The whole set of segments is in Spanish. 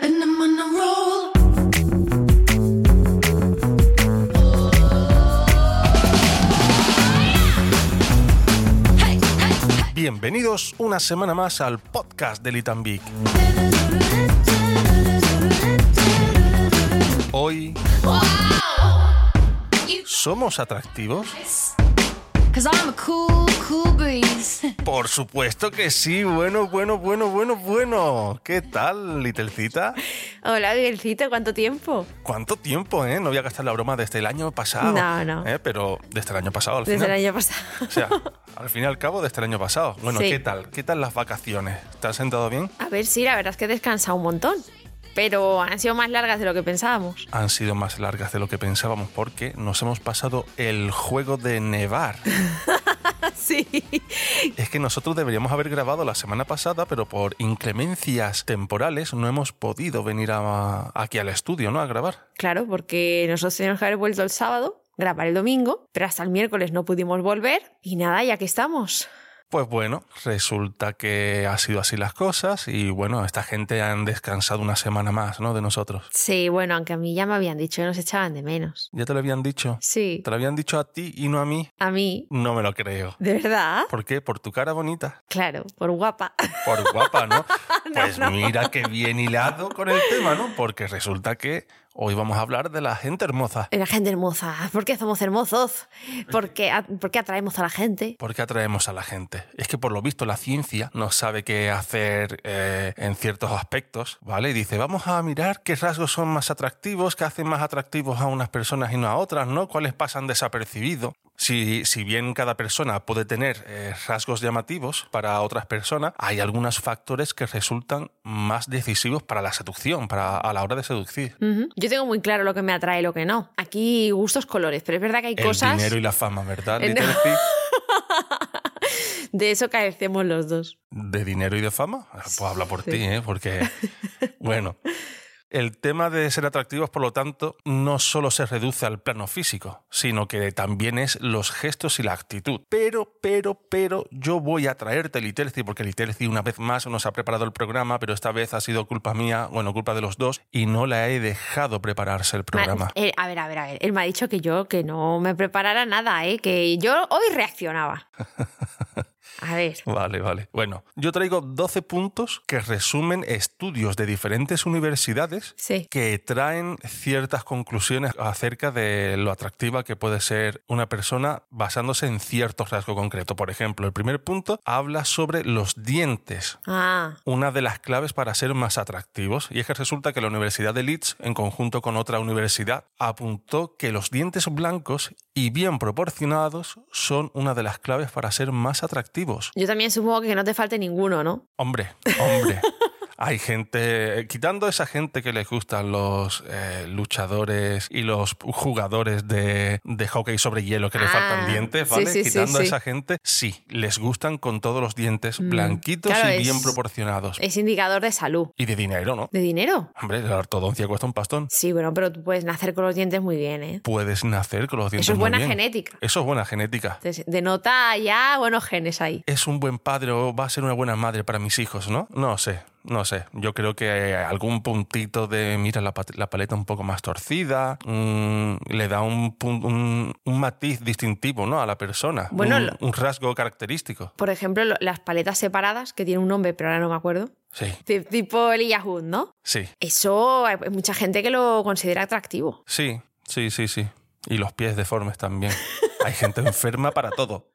And I'm on a roll. Bienvenidos una semana más al podcast de Litambic. Hoy somos atractivos. Cause I'm a cool, cool breeze. Por supuesto que sí. Bueno, bueno, bueno, bueno, bueno. ¿Qué tal, Litelcita? Hola, Miguelcito, ¿cuánto tiempo? ¿Cuánto tiempo, eh? No voy a gastar la broma desde el año pasado. No, no. ¿eh? Pero desde el año pasado, al Desde final. el año pasado. O sea, al fin y al cabo, desde el año pasado. Bueno, Sí. ¿qué tal? ¿Qué tal las vacaciones? ¿Te has sentado bien? A ver, sí, la verdad es que he descansado un montón, pero han sido más largas de lo que pensábamos. han sido más largas de lo que pensábamos porque nos hemos pasado el juego de nevar. Sí. es que nosotros deberíamos haber grabado la semana pasada, pero por inclemencias temporales no hemos podido venir a- aquí al estudio, ¿no? A grabar. Claro, porque nosotros teníamos que haber vuelto el sábado, grabar el domingo, pero hasta el miércoles no pudimos volver y nada, ya que estamos. Pues bueno, resulta que ha sido así las cosas y bueno, esta gente han descansado una semana más, ¿no? De nosotros. Sí, bueno, aunque a mí ya me habían dicho que nos echaban de menos. Ya te lo habían dicho. Sí, Te lo habían dicho a ti y no a mí. a mí. No me lo creo. ¿De verdad? ¿Por qué? Por tu cara bonita. Claro, por guapa. Por guapa, ¿no? Pues mira que bien hilado con el tema, ¿no? Porque resulta que hoy vamos a hablar de la gente hermosa. La gente hermosa. ¿Por qué somos hermosos? ¿Por qué, por qué atraemos a la gente? ¿Por qué atraemos a la gente? Es que por lo visto la ciencia no sabe qué hacer eh, en ciertos aspectos, ¿vale? Y dice, vamos a mirar qué rasgos son más atractivos, qué hacen más atractivos a unas personas y no a otras, ¿no? ¿Cuáles pasan desapercibidos? Si, si bien cada persona puede tener eh, rasgos llamativos para otras personas, hay algunos factores que resultan más decisivos para la seducción, para, a la hora de seducir. Ujú. Yo tengo muy claro lo que me atrae y lo que no. Aquí gustos colores, pero es verdad que hay El cosas dinero y la fama, ¿verdad? Eh, no. Little Thief? de eso carecemos los dos. ¿De dinero y de fama? Pues habla por Sí. ti, ¿eh? Porque, bueno, el tema de ser atractivos, por lo tanto, no solo se reduce al plano físico, sino que también es los gestos y la actitud. Pero, pero, pero, yo voy a traerte Literci, porque Literci una vez más nos ha preparado el programa, pero esta vez ha sido culpa mía, bueno, culpa de los dos, y no la he dejado prepararse el Ma- programa. eh, a ver, a ver, a ver. Él me ha dicho que yo que no me preparara nada, ¿eh? que yo hoy reaccionaba. A ver, Vale, vale. Bueno, yo traigo 12 puntos que resumen estudios de diferentes universidades sí. que traen ciertas conclusiones acerca de lo atractiva que puede ser una persona basándose en cierto rasgo concreto. Por ejemplo, el primer punto habla sobre los dientes. Ah, Una de las claves para ser más atractivos. Y es que resulta que la Universidad de Leeds, en conjunto con otra universidad, apuntó que los dientes blancos y bien proporcionados son una de las claves para ser más atractivos. yo también supongo que no te falte ninguno, ¿no? Hombre, hombre. Hay gente, eh, quitando esa gente que les gustan los eh, luchadores y los jugadores de, de hockey sobre hielo que les Ah, faltan dientes, sí, ¿vale? sí, sí, quitando a sí. esa gente, sí, les gustan con todos los dientes Mm, blanquitos claro, y bien es- proporcionados. Es indicador de salud. Y de dinero, ¿no? ¿De dinero? Hombre, la ortodoncia cuesta un pastón. Sí, bueno, pero tú puedes nacer con los dientes muy bien, ¿eh? Puedes nacer con los dientes Eso es muy buena bien. genética. Eso es buena genética. Entonces, denota ya buenos genes ahí. es un buen padre o va a ser una buena madre para mis hijos, ¿no? No sé, no sé. Yo creo que eh, algún puntito de, mira, la, pat- la paleta un poco más torcida, mm, le da un, pun- un, un matiz distintivo, ¿no? A la persona. Bueno, un, lo- un rasgo característico. Por ejemplo, lo- las paletas separadas, que tiene un nombre, pero ahora no me acuerdo. Sí, Ti- Tipo el Yahoo, ¿no? sí, Eso hay hay mucha gente que lo considera atractivo. sí, sí, sí, sí. Y los pies deformes también. Hay gente enferma para todo.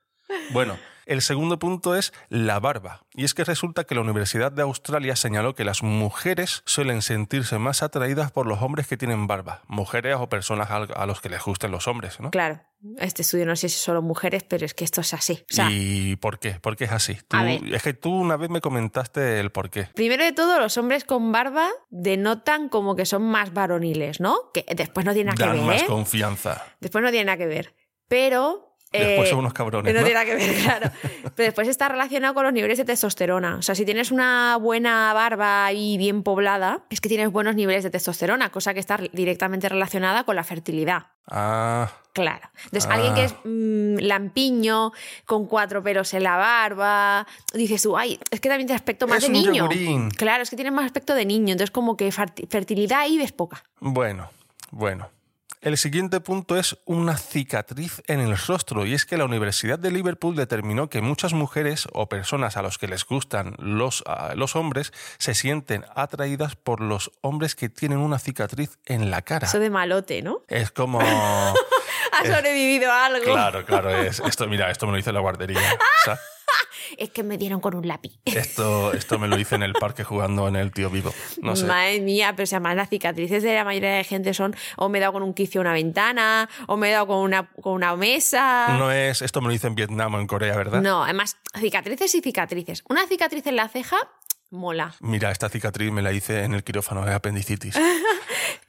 Bueno, El segundo punto es la barba. Y es que resulta que la Universidad de Australia señaló que las mujeres suelen sentirse más atraídas por los hombres que tienen barba. Mujeres o personas al- a los que les gusten los hombres, ¿no? Claro, este estudio no sé si solo mujeres, pero es que esto es así. O sea, ¿Y por qué? ¿Por qué es así? Tú- A ver. Es que tú una vez me comentaste el por qué. Primero de todo, los hombres con barba denotan como que son más varoniles, ¿no? Que después no tiene nada que Dan ver, más ¿eh? confianza. Después no tiene nada que ver. Pero. Después eh, son unos cabrones. no ¿no? tiene nada que ver, claro. Pero después está relacionado con los niveles de testosterona. O sea, si tienes una buena barba y bien poblada, es que tienes buenos niveles de testosterona, cosa que está directamente relacionada con la fertilidad. Ah, Claro. Entonces, Ah. alguien que es mm, lampiño, con cuatro pelos en la barba, dices tú, ay, es que también tiene aspecto Es más de un niño. yogurín. Claro, es que tiene más aspecto de niño. Entonces, como que farti- fertilidad ahí ves poca. bueno, bueno. El siguiente punto es una cicatriz en el rostro y es que la Universidad de Liverpool determinó que muchas mujeres o personas a los que les gustan los, a los hombres se sienten atraídas por los hombres que tienen una cicatriz en la cara. Eso de malote, ¿no? Es como... Ha sobrevivido a algo. Eh. Claro, claro, es, esto, mira, esto me lo hizo en la guardería. o sea, Es que me dieron con un lápiz. esto, esto me lo hice en el parque jugando en el tío vivo. No sé. Madre mía, pero si además las cicatrices de la mayoría de gente son o me he dado con un quicio a una ventana, o me he dado con una, con una mesa. No es esto me lo hice en Vietnam o en Corea, ¿verdad? no, además, cicatrices y cicatrices. Una cicatriz en la ceja mola. Mira, esta cicatriz me la hice en el quirófano de apendicitis. Ah.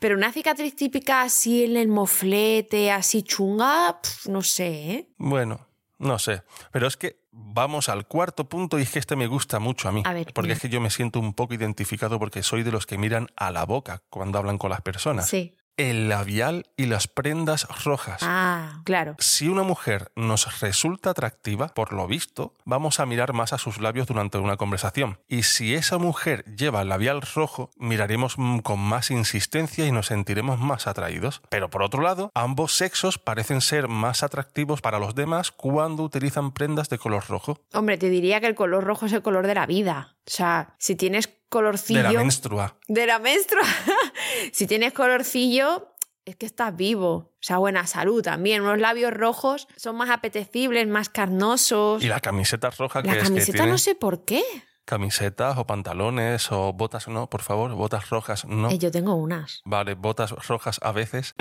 Pero una cicatriz típica así en el moflete, así chunga, pf, no sé, ¿eh? Bueno, no sé. Pero es que vamos al cuarto punto y es que este me gusta mucho a mí. A ver, porque dime. es que yo me siento un poco identificado porque soy de los que miran a la boca cuando hablan con las personas. Sí. El labial y las prendas rojas. Ah, claro. Si una mujer nos resulta atractiva, por lo visto, vamos a mirar más a sus labios durante una conversación. Y si esa mujer lleva el labial rojo, miraremos mm, con más insistencia y nos sentiremos más atraídos. Pero por otro lado, ambos sexos parecen ser más atractivos para los demás cuando utilizan prendas de color rojo. Hombre, te diría que el color rojo es el color de la vida. O sea, si tienes colorcillo. De la menstrua. de la menstrua. si tienes colorcillo, es que estás vivo. O sea, buena salud también. Unos labios rojos son más apetecibles, más carnosos. Y la camiseta roja La que es que camiseta tiene no sé por qué. camisetas o pantalones o botas, no, por favor, botas rojas, no. Eh, yo tengo unas. Vale, botas rojas a veces.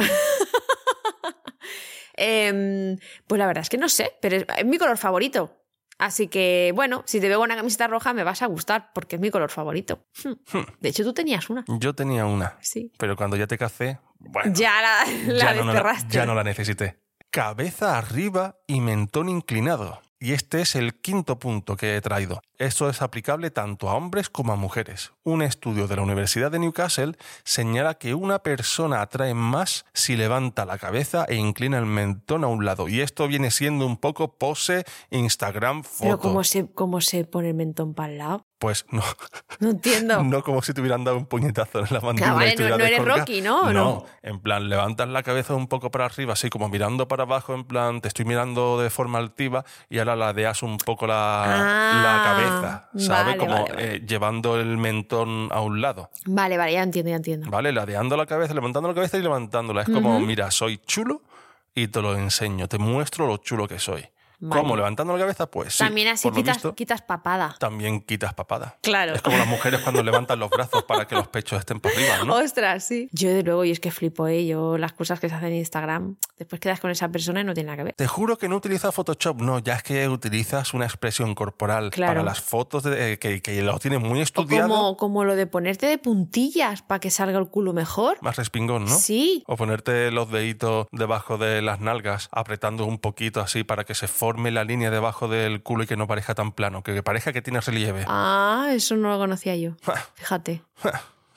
Em, pues la verdad es que no sé, pero es, es mi color favorito. Así que, bueno, si te veo con una camiseta roja me vas a gustar porque es mi color favorito. Hmm. De hecho, tú tenías una. Yo tenía una. Sí. Pero cuando ya te casé, bueno, Ya la, la ya no, no la, desterraste. ya no la necesité. Cabeza arriba y mentón inclinado. Y este es el quinto punto que he traído. Esto es aplicable tanto a hombres como a mujeres. Un estudio de la Universidad de Newcastle señala que una persona atrae más si levanta la cabeza e inclina el mentón a un lado. Y esto viene siendo un poco pose, Instagram, Pero foto. ¿cómo se, cómo se pone el mentón para el lado? Pues no, No entiendo. no. como si te hubieran dado un puñetazo en la mandíbula. vale, y no- te hubieran no eres descolgado. Rocky, ¿no? No, ¿O no? en plan, levantas la cabeza un poco para arriba, así como mirando para abajo, en plan, te estoy mirando de forma altiva y ahora ladeas un poco la, Ah, la cabeza, ¿sabes? vale, como vale, vale. eh, llevando el mentón a un lado, Vale, vale, ya entiendo, ya entiendo. ¿vale? Ladeando la cabeza, levantando la cabeza y levantándola. Es como, mira, soy chulo y te lo enseño, te muestro lo chulo que soy. Vale. ¿Cómo? Levantando la cabeza, pues sí. También así por lo quitas, visto, quitas papada. también quitas papada. Claro. Es como las mujeres cuando levantan los brazos para que los pechos estén por arriba, ¿no? Ostras, sí. Yo de luego, y es que flipo, ¿eh? Yo las cosas que se hacen en Instagram, después quedas con esa persona y no tiene nada que ver. Te juro que no utilizas Photoshop, no, ya es que utilizas una expresión corporal Claro. para las fotos de- eh, que, que lo tienes muy O estudiado. como, como lo de ponerte de puntillas para que salga el culo mejor. Más respingón, ¿no? Sí. O ponerte los deditos debajo de las nalgas, apretando un poquito así para que se forme la línea debajo del culo y que no parezca tan plano, que parezca que tiene relieve. Ah, Ah, eso no lo conocía yo. Fíjate.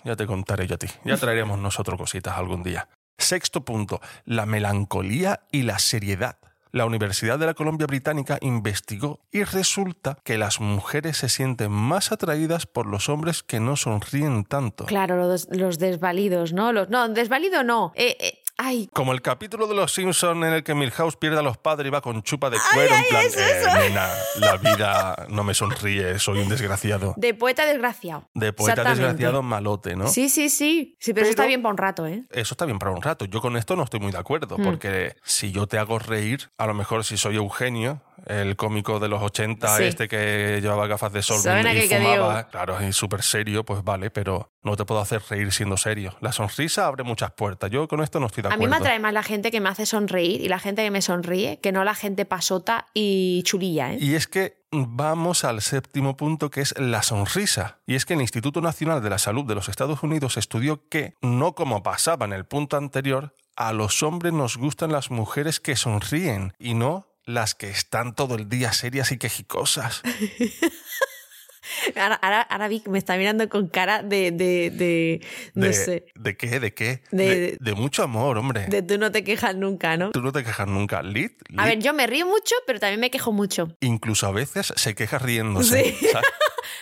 Ya te contaré yo a ti. Ya traeremos nosotros cositas algún día. Sexto punto, la melancolía y la seriedad. La Universidad de la Columbia Británica investigó y resulta que las mujeres se sienten más atraídas por los hombres que no sonríen tanto. Claro, los, los desvalidos, ¿no? Los, no, desvalido no. Eh, eh, ay, Como el capítulo de Los Simpsons en el que Milhouse pierde a los padres y va con chupa de cuero en plan, "Eh, nena, la vida no me sonríe, soy un desgraciado. de poeta desgraciado. De poeta Exactamente. desgraciado malote, ¿no? Sí, sí, sí. Sí, pero, Pero- eso está bien para un rato, ¿eh? Eso está bien para Hmm. un rato. Yo con esto no estoy muy de acuerdo, porque si yo te hago reír, a lo mejor si soy Eugenio, el cómico de los 80, Sí. este que llevaba gafas de sol ¿Saben y aquel que fumaba. digo? Claro, y súper serio, pues vale, pero no te puedo hacer reír siendo serio. La sonrisa abre muchas puertas. Yo con esto no estoy de A acuerdo. mí me atrae más la gente que me hace sonreír y la gente que me sonríe que no la gente pasota y chulilla. ¿eh? Y es que vamos al séptimo punto que es la sonrisa. Y es que el Instituto Nacional de la Salud de los Estados Unidos estudió que, no como pasaba en el punto anterior, a los hombres nos gustan las mujeres que sonríen y no las que están todo el día serias y quejicosas. Ahora, ahora, ahora Vic me está mirando con cara de, de, de no de, sé, ¿De qué? ¿De qué? De- De, de mucho amor, hombre. de tú no te quejas nunca, ¿no? Tú no te quejas nunca. Lid, A Lid, ver, yo me río mucho, pero también me quejo mucho. incluso a veces se queja riéndose. Sí. ¿sabes?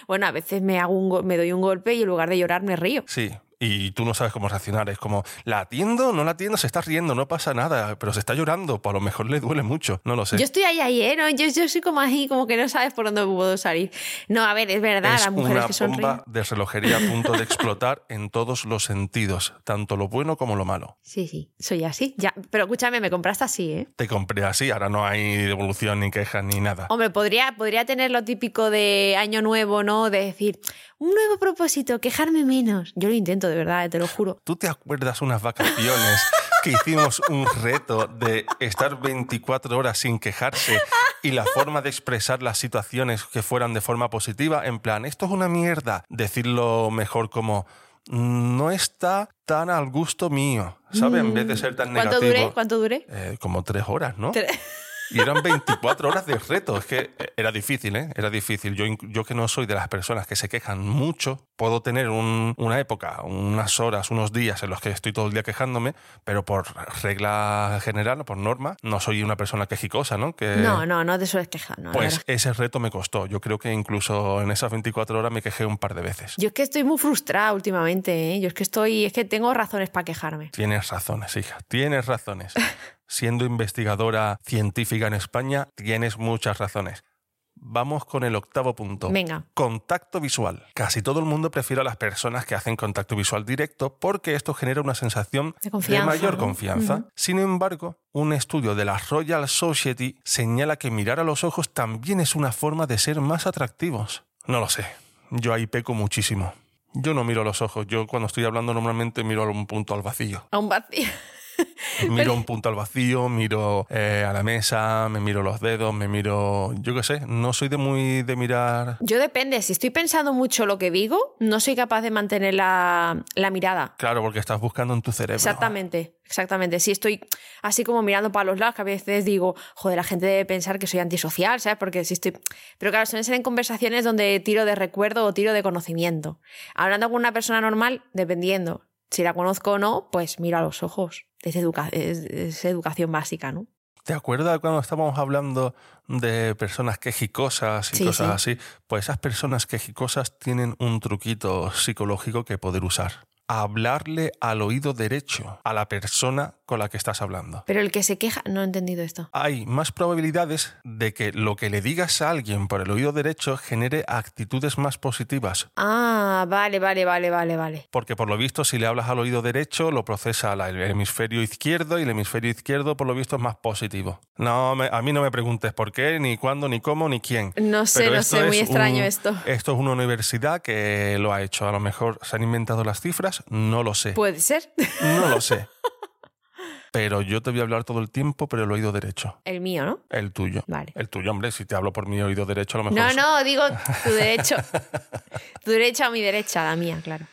Bueno, a veces me, hago un go- me doy un golpe y en lugar de llorar me río. Sí, y tú no sabes cómo reaccionar. Es como, ¿la atiendo? ¿No la atiendo? Se está riendo, no pasa nada, pero se está llorando. Pues a lo mejor le duele mucho, no lo sé. Yo estoy ahí, ahí, ¿eh? No, yo, yo soy como ahí, como que no sabes por dónde puedo salir. No, a ver, es verdad, es las mujeres una que sonríen. bomba de relojería a punto de explotar en todos los sentidos, tanto lo bueno como lo malo. Sí, sí, soy así. Ya, pero escúchame, me compraste así, ¿eh? Te compré así, ahora no hay devolución, ni quejas, ni nada. Hombre, podría, podría tener lo típico de año nuevo, ¿no? De decir, un nuevo propósito, quejarme menos. Yo lo intento, de verdad, eh, te lo juro. ¿Tú te acuerdas unas vacaciones que hicimos un reto de estar 24 horas sin quejarse y la forma de expresar las situaciones que fueran de forma positiva? En plan, esto es una mierda. Decirlo mejor como, no está tan al gusto mío, ¿sabes? En vez de ser tan ¿Cuánto duré? negativo. ¿Cuánto duré? Eh, como tres horas, ¿no? Tre- Y eran 24 horas de reto. Es que eh, era difícil, ¿eh? Era difícil. Yo, inc- yo que no soy de las personas que se quejan mucho, puedo tener un- una época, unas horas, unos días en los que estoy todo el día quejándome, pero por regla general, por norma, no soy una persona quejicosa, ¿no? Que, No, no, no te sueles quejar. No, la Eh. Pues verdad. ese reto me costó. Yo creo que incluso en esas 24 horas me quejé un par de veces. Yo es que estoy muy frustrada últimamente, ¿eh? Yo es que estoy, es que tengo razones para quejarme. Tienes razones, hija, tienes razones. Siendo investigadora científica en España, tienes muchas razones. Vamos con el octavo punto. Venga. Contacto visual. Casi todo el mundo prefiere a las personas que hacen contacto visual directo porque esto genera una sensación De confianza, mayor ¿no? confianza. Ujú. Sin embargo, un estudio de la Royal Society señala que mirar a los ojos también es una forma de ser más atractivos. No lo sé. Yo ahí peco muchísimo. Yo no miro a los ojos. Yo cuando estoy hablando normalmente miro a un punto al vacío. A un vacío. Miro un punto al vacío, miro eh, a la mesa, me miro los dedos, me miro... Yo qué sé, no soy de muy de mirar... Yo depende, si estoy pensando mucho lo que digo, no soy capaz de mantener la, la mirada. Claro, porque estás buscando en tu cerebro. Exactamente, exactamente. Si estoy así como mirando para los lados, que a veces digo, joder, la gente debe pensar que soy antisocial, ¿sabes? Porque si estoy. Pero claro, suelen ser en conversaciones donde tiro de recuerdo o tiro de conocimiento. Hablando con una persona normal, dependiendo. Si la conozco o no, pues miro a los ojos. Es, educa- es- es educación básica, ¿no? ¿Te acuerdas cuando estábamos hablando de personas quejicosas y Sí, cosas así? Pues esas personas quejicosas tienen un truquito psicológico que poder usar. Hablarle al oído derecho a la persona con la que estás hablando. Pero el que se queja. No he entendido esto. Hay más probabilidades de que lo que le digas a alguien por el oído derecho genere actitudes más positivas. Ah, vale, vale, vale, vale, vale. Porque por lo visto, si le hablas al oído derecho, lo procesa la- el hemisferio izquierdo y el hemisferio izquierdo, por lo visto, es más positivo. No, me- a mí no me preguntes por qué, ni cuándo, ni cómo, ni quién. No sé, Pero no esto sé, muy es extraño un- esto. Esto es una universidad que lo ha hecho. A lo mejor se han inventado las cifras, no lo sé. Puede ser. No lo sé. Pero yo te voy a hablar todo el tiempo, pero el oído derecho. El mío, ¿no? El tuyo. Vale. El tuyo, hombre, si te hablo por mi oído derecho, a lo mejor. No, es- no, digo tu derecho. tu derecha o mi derecha, la mía, claro.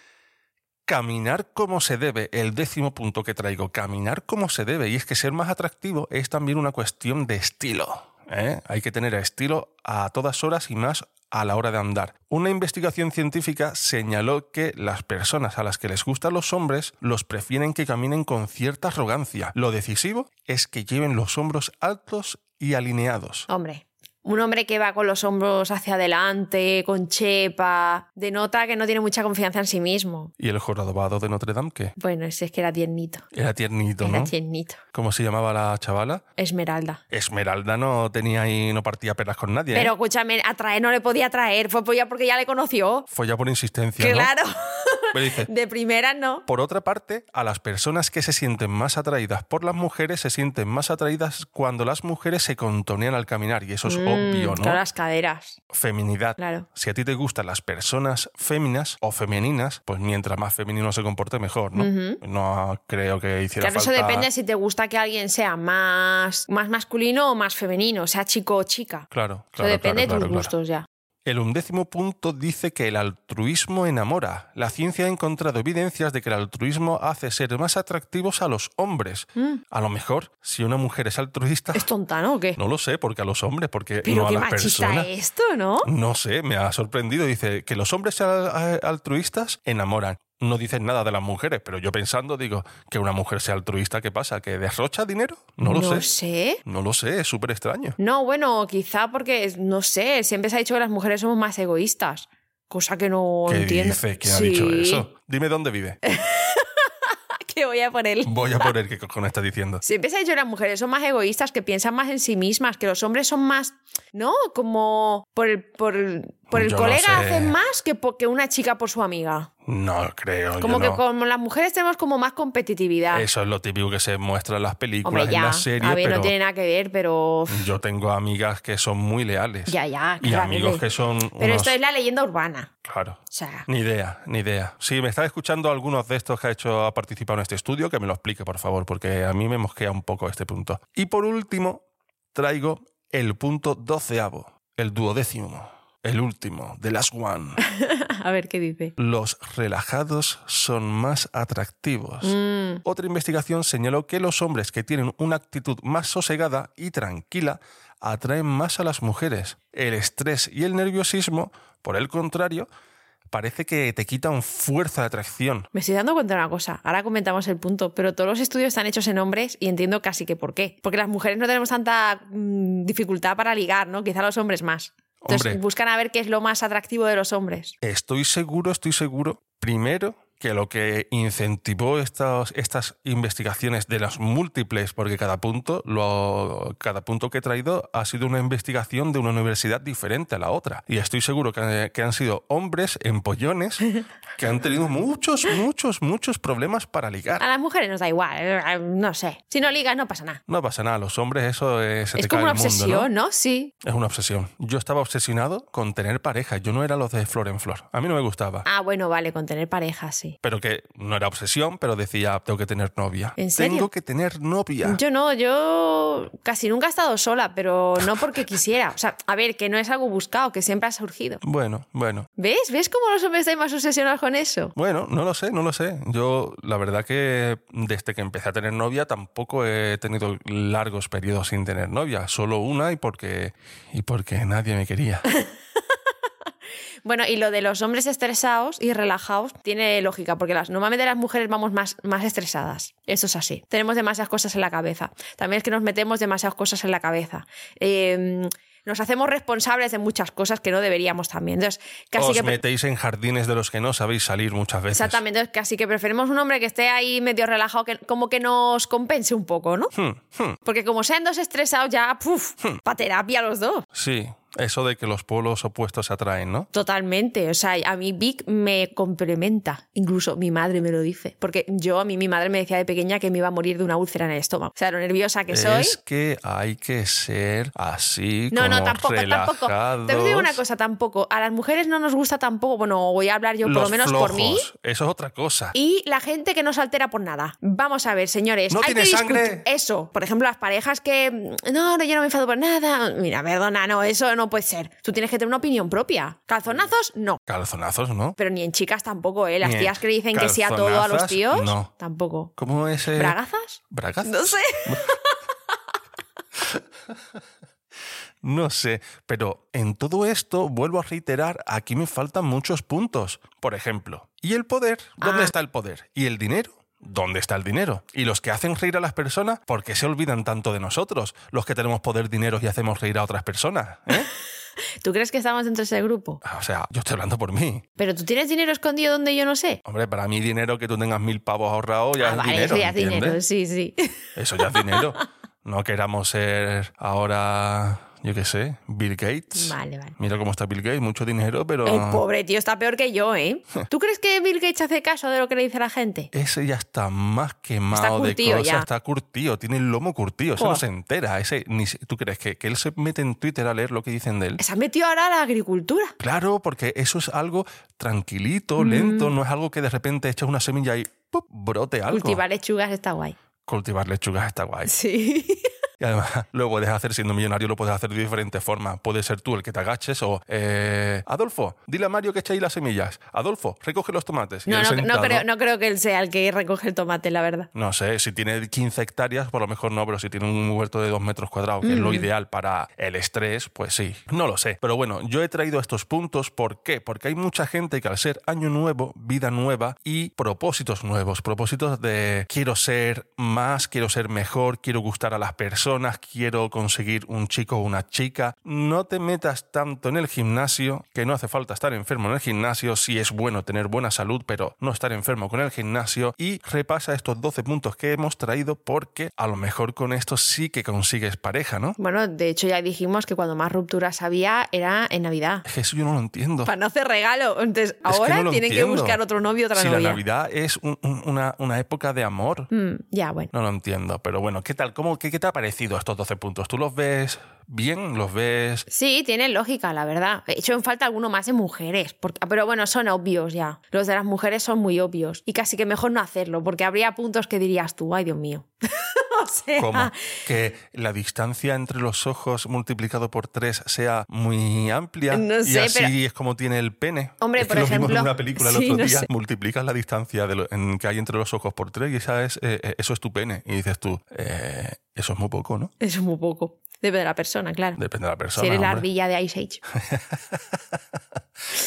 Caminar como se debe, el décimo punto que traigo, caminar como se debe, y es que ser más atractivo es también una cuestión de estilo. ¿eh? Hay que tener estilo a todas horas y más a la hora de andar. Una investigación científica señaló que las personas a las que les gustan los hombres los prefieren que caminen con cierta arrogancia. Lo decisivo es que lleven los hombros altos y alineados. Hombre, un hombre que va con los hombros hacia adelante, con chepa, denota que no tiene mucha confianza en sí mismo. ¿Y el jorobado de Notre Dame qué? Bueno, si es que era tiernito. Era tiernito, Era ¿no? tiernito. ¿Cómo se llamaba la chavala? Esmeralda. Esmeralda no tenía y no partía peras con nadie. ¿eh? Pero escúchame, atraer no le podía atraer, fue por- ya porque ya le conoció. Fue ya por insistencia. ¿no? Claro, Me dice, De primera no. Por otra parte, a las personas que se sienten más atraídas por las mujeres se sienten más atraídas cuando las mujeres se contonean al caminar y eso es Mm, obvio, ¿no? Claro, las caderas. Feminidad. Claro. Si a ti te gustan las personas féminas o femeninas, pues mientras más femenino se comporte, mejor, ¿no? Ujú. No creo que hiciera Claro, eso falta- depende si te gusta que alguien sea más, más masculino o más femenino, sea chico o chica. Claro, Eso claro, depende claro, de tus claro, claro. gustos ya. El undécimo punto dice que el altruismo enamora. La ciencia ha encontrado evidencias de que el altruismo hace ser más atractivos a los hombres. Mm. A lo mejor, si una mujer es altruista, ¿Es tonta, no? ¿O qué? No lo sé, porque a los hombres, porque Pero no a qué las machista personas. esto, ¿no? No sé, me ha sorprendido. Dice que los hombres al- altruistas enamoran. No dicen nada de las mujeres, pero yo pensando digo que una mujer sea altruista, ¿qué pasa? ¿Que derrocha dinero? No lo sé. No lo sé, es súper extraño. No, bueno, quizá porque, no sé, siempre se ha dicho que las mujeres somos más egoístas. Cosa que no ¿Qué entiendo. dice? ¿Quién ha Sí. dicho eso? Dime dónde vive. Que voy a por él. Voy a poner qué cojones está diciendo. Siempre se ha dicho que las mujeres son más egoístas, que piensan más en sí mismas, que los hombres son más, ¿no? Como por el, por el, por el Yo no colega sé. hacen más que, po- que una chica por su amiga. No creo. yo Como que no. como las mujeres tenemos como más competitividad. Eso es lo típico que se muestra en las películas, Hombre, ya. en las series, a ver, pero no tiene nada que ver, pero. uf, yo tengo amigas que son muy leales. Ya, ya. Mm, Y claro, amigos que son Pero unos- esto es la leyenda urbana. Claro. O sea. Ni idea, ni idea. Si me está escuchando algunos de estos que ha hecho ha participado en este estudio, que me lo explique, por favor, porque a mí me mosquea un poco este punto. Y por último, traigo el punto doceavo, el duodécimo, el último, The Last One. Mm. A ver qué dice. Los relajados son más atractivos. Mm. Otra investigación señaló que los hombres que tienen una actitud más sosegada y tranquila atraen más a las mujeres. El estrés y el nerviosismo, por el contrario, parece que te quitan fuerza de atracción. Me estoy dando cuenta de una cosa, ahora comentamos el punto, pero todos los estudios están hechos en hombres y entiendo casi que por qué. Porque las mujeres no tenemos tanta mm, dificultad para ligar, ¿no? Quizá los hombres más. Entonces Hombre. buscan a ver qué es lo más atractivo de los hombres. Estoy seguro, estoy seguro, primero, que lo que incentivó estas, estas investigaciones de las múltiples, porque cada punto, lo, cada punto que he traído ha sido una investigación de una universidad diferente a la otra. Y estoy seguro que, que han sido hombres empollones que han tenido muchos, muchos, muchos problemas para A ligar. las mujeres nos da igual, eh, no sé. Si no ligas, no pasa nada. No pasa nada, los hombres eso es... se te Es cae como una el mundo, ¿no? obsesión, ¿no? Sí. Es una obsesión. Yo estaba obsesionado con tener pareja. Yo no era los de flor en flor. A mí no me gustaba. Ah, bueno, vale, con tener pareja, sí. pero que no era obsesión, pero decía, tengo que tener novia. ¿En serio? Tengo que tener novia. Yo no, yo casi nunca he estado sola, pero no porque quisiera. O sea, a ver, que no es algo buscado, que siempre ha surgido. Bueno, bueno. ¿Ves? ¿Ves cómo los hombres están más obsesionados con eso? Bueno, no lo sé, no lo sé. Yo, la verdad que desde que empecé a tener novia tampoco he tenido largos periodos sin tener novia. Solo una y porque, y porque nadie me quería. Bueno, y lo de los hombres estresados y relajados tiene lógica, porque las, normalmente las mujeres vamos más, más estresadas. Eso es así. Tenemos demasiadas cosas en la cabeza. También es que nos metemos demasiadas cosas en la cabeza. Eh, nos hacemos responsables de muchas cosas que no deberíamos también. Entonces, casi Os que. pre- metéis en jardines de los que no sabéis salir muchas veces. Exactamente, entonces casi que preferimos un hombre que esté ahí medio relajado, que como que nos compense un poco, ¿no? Hmm, hmm, Porque como sean dos estresados, ya, puf, pa' terapia los dos. Sí, eso de que los polos opuestos se atraen, ¿no? Totalmente, o sea, a mí Vic me complementa, incluso mi madre me lo dice, porque yo a mí mi madre me decía de pequeña que me iba a morir de una úlcera en el estómago, o sea, lo nerviosa que soy. Es que hay que ser así, No, como no, tampoco, tampoco. Te digo una relajados. cosa, tampoco. A las mujeres no nos gusta tampoco, bueno, voy a hablar yo por lo Los menos por mí. flojos, Eso es otra cosa. Y la gente que no se altera por nada. Vamos a ver, señores. ¿No hay tiene que sangre? discutir- Eso. Por ejemplo, las parejas que. mm, No, no, yo no me enfado por nada. Mira, perdona, no, eso no puede ser. Tú tienes que tener una opinión propia. Calzonazos, no. Calzonazos, ¿no? Pero ni en chicas tampoco, ¿eh? Las Ni en tías que le dicen que sí a todo a los calzonazas, tíos. no. Tampoco. ¿Cómo es? eh? ¿Bragazas? ¿Bragazos? No sé. No sé, pero en todo esto vuelvo a reiterar, aquí me faltan muchos puntos. Por ejemplo, ¿y el poder? ¿Dónde Ah. está el poder? ¿Y el dinero? ¿Dónde está el dinero? ¿Y los que hacen reír a las personas? ¿Por qué se olvidan tanto de nosotros, los que tenemos poder, dinero y hacemos reír a otras personas? ¿eh? ¿Tú crees que estamos dentro de ese grupo? o sea, yo estoy hablando por mí. Pero tú tienes dinero escondido donde yo no sé. Hombre, para mí dinero que tú tengas mil pavos ahorrados ya ah, es vale, dinero. eso ya es ¿entiendes? dinero, sí, sí. Eso ya es dinero. No queramos ser ahora yo qué sé, Bill Gates. Vale, vale. Mira cómo está Bill Gates, mucho dinero, pero... El pobre tío está peor que yo, ¿eh? ¿Tú crees que Bill Gates hace caso de lo que le dice la gente? Ese ya está más quemado Está de curtido cosas, ya. está curtido, tiene el lomo curtido, ese no Buah. se entera. Ese, ni se- ¿Tú crees que, que él se mete en Twitter a leer lo que dicen de él? Se ha metido ahora a la agricultura. Claro, porque eso es algo Mm. tranquilito, lento, no es algo que de repente echas una semilla y ¡pup! brote algo. Cultivar lechugas está guay. Cultivar lechugas está guay. Sí. Y además lo puedes hacer siendo millonario, lo puedes hacer de diferentes formas. Puede ser tú el que te agaches o... eh, Adolfo, dile a Mario que eche ahí las semillas. Adolfo, recoge los tomates. Y No, él no, no sentado. creo, no creo que él sea el que recoge el tomate, la verdad. No sé, si tiene 15 hectáreas, por lo mejor no, pero si tiene un huerto de 2 metros cuadrados, que es Mm. lo ideal para el estrés, pues sí. No lo sé. Pero bueno, yo he traído estos puntos. ¿Por qué? Porque hay mucha gente que al ser año nuevo, vida nueva y propósitos nuevos, propósitos de quiero ser más, quiero ser mejor, quiero gustar a las personas, quiero conseguir un chico o una chica. No te metas tanto en el gimnasio, que no hace falta estar enfermo en el gimnasio, sí es bueno tener buena salud, pero no estar enfermo con el gimnasio. Y repasa estos 12 puntos que hemos traído porque a lo mejor con esto sí que consigues pareja, ¿no? Bueno, de hecho ya dijimos que cuando más rupturas había era en Navidad. Es que eso yo no lo entiendo. Para no hacer regalo. Entonces, Es que ahora no lo tienen entiendo. que buscar otro novio, otra si novia. la Navidad es un- un- una, una época de amor. Mm, ya, bueno. No lo entiendo, pero bueno, ¿qué tal? ¿Cómo, qué, ¿Qué te ha parecido estos 12 puntos? ¿Tú los ves bien? ¿Los ves Sí, tiene lógica, la verdad. He hecho en falta alguno más de mujeres. porque- ah, pero bueno, son obvios ya. Los de las mujeres son muy obvios. Y casi que mejor no hacerlo, porque habría puntos que dirías tú, ay Dios mío. o sea, ¿Cómo? Que la distancia entre los ojos multiplicado por tres sea muy amplia. No y sé, así pero- es como tiene el pene. Hombre, Es que lo por vimos en ejemplo- una película el Sí, otro no día. sé. Multiplicas la distancia de lo- en que hay entre los ojos por tres y esa es, eh, eh, eso es tu pene. Y dices tú, eh, eso es muy poco, ¿no? eso es muy poco. Depende de la persona, claro. Depende de la si persona. eres la hombre. ardilla de Ice Age.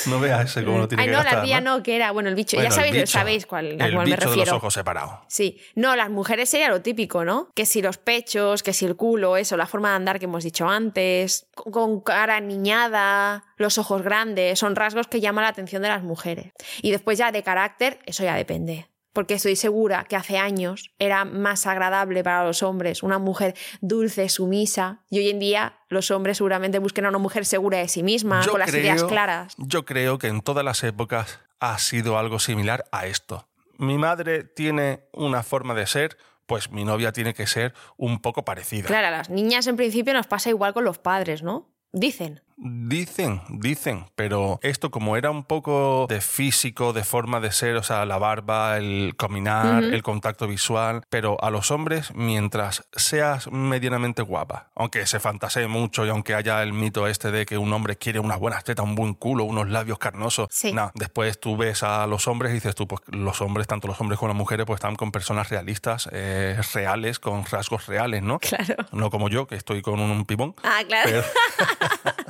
No veas ese como lo tiene Ay, que no, la gastar, ardilla no, que era, bueno, el bicho. Bueno, el ya sabéis, bicho. sabéis cuál, a el cuál me bicho de refiero. los ojos separados. Sí, no, las mujeres sería lo típico, ¿no? Que si los pechos, que si el culo, eso, la forma de andar que hemos dicho antes, con- con cara niñada, los ojos grandes, son rasgos que llaman la atención de las mujeres. Y después ya de carácter, eso ya depende. Porque estoy segura que hace años era más agradable para los hombres una mujer dulce, sumisa, y hoy en día los hombres seguramente busquen a una mujer segura de sí misma, Yo con las ideas creo- claras. Yo creo que en todas las épocas ha sido algo similar a esto. Mi madre tiene una forma de ser, pues mi novia tiene que ser un poco parecida. Claro, a las niñas en principio nos pasa igual con los padres, ¿no? Dicen. Dicen, dicen, pero esto como era un poco de físico, de forma de ser, o sea, la barba, el caminar, el contacto visual, pero a los hombres, mientras seas medianamente guapa, aunque se fantasee mucho y aunque haya el mito este de que un hombre quiere unas buenas tetas, un buen culo, unos labios carnosos, Sí. no, después tú ves a los hombres y dices tú, pues los hombres, tanto los hombres como las mujeres, pues están con personas realistas, eh, reales, con rasgos reales, ¿no? Claro. No como yo, que estoy con un pibón. Ah, claro. Pero,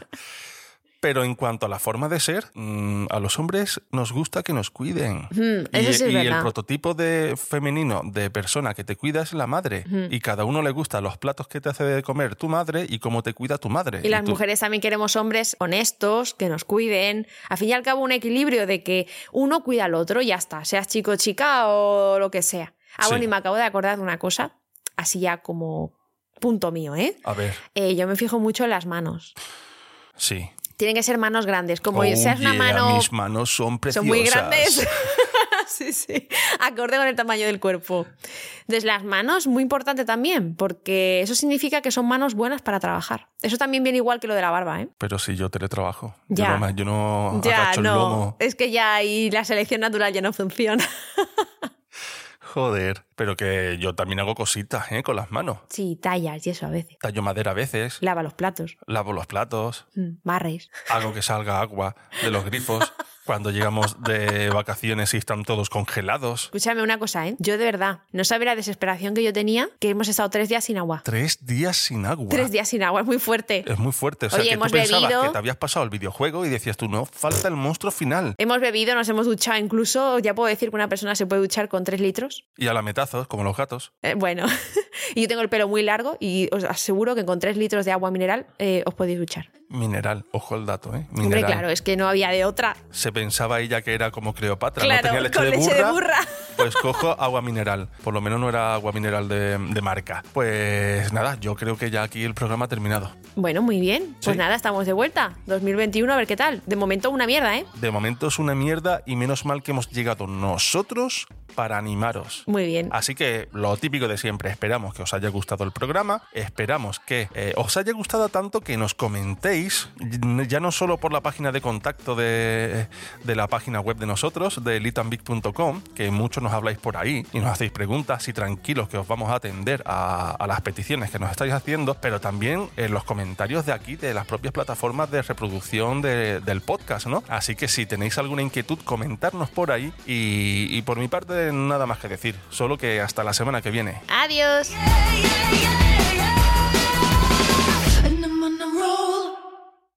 Pero en cuanto a la forma de ser, mm, a los hombres nos gusta que nos cuiden. Mm, y eso sí es y el verdad. prototipo de femenino de persona que te cuida es la madre. Y cada uno le gusta los platos que te hace de comer tu madre y cómo te cuida tu madre. Y las tú- mujeres también queremos hombres honestos, que nos cuiden. Al fin y al cabo, un equilibrio de que uno cuida al otro y ya está, seas chico, chica o lo que sea. Ah, Sí. bueno, y me acabo de acordar de una cosa, así ya como punto mío, ¿eh? A ver, Eh, Yo me fijo mucho en las manos. sí. Tienen que ser manos grandes, como Oh, seas una yeah, mano... Mis manos son preciosas. Son muy grandes. sí, sí. Acorde con el tamaño del cuerpo. Entonces, las manos, muy importante también, porque eso significa que son manos buenas para trabajar. Eso también viene igual que lo de la barba, ¿eh? Pero si yo teletrabajo. Ya. Yo no, me- yo no Ya, Oh, agacho el no. lomo. Es que ya ahí la selección natural ya no funciona. Joder. Pero que yo también hago cositas, ¿eh? Con las manos. Sí, tallas y eso a veces. Tallo madera a veces, Lava los platos, lavo los platos. mm, barres. hago que salga agua de los grifos cuando llegamos de vacaciones y están todos congelados. Escúchame una cosa, ¿eh? Yo de verdad, no sabía la desesperación que yo tenía que hemos estado tres días sin agua. Tres días sin agua. Tres días sin agua, es muy fuerte. Es muy fuerte. O sea, Oye, que hemos tú pensabas bebido. que te habías pasado el videojuego y decías tú, no, falta el monstruo final. Hemos bebido, nos hemos duchado, incluso ya puedo decir que una persona se puede duchar con tres litros. Y a la metazos, como los gatos. Eh, bueno, y yo tengo el pelo muy largo y os aseguro que con 3 litros de agua mineral eh, os podéis duchar. Mineral, ojo al dato, ¿eh? Mineral. Hombre, claro, es que no había de otra. Se pensaba ella que era como Cleopatra, claro, no tenía leche con de leche burra. de burra. pues cojo agua mineral. Por lo menos no era agua mineral de, de marca. Pues nada, yo creo que ya aquí el programa ha terminado. Bueno, muy bien. Pues Sí. nada, estamos de vuelta. 2021, a ver qué tal. De momento una mierda, ¿eh? De momento es una mierda y menos mal que hemos llegado nosotros para animaros. Muy bien. Así que lo típico de siempre, esperamos que os haya gustado el programa, esperamos que eh, os haya gustado tanto que nos comentéis, n- ya no solo por la página de contacto de, de la página web de nosotros, de elitandbig.com, que muchos nos habláis por ahí y nos hacéis preguntas y tranquilos que os vamos a atender a, a las peticiones que nos estáis haciendo, pero también en los comentarios de aquí, de las propias plataformas de reproducción de- del podcast, ¿no? Así que si tenéis alguna inquietud, comentarnos por ahí y, y por mi parte nada más que decir, solo que hasta la semana que viene. Adiós. yeah, yeah.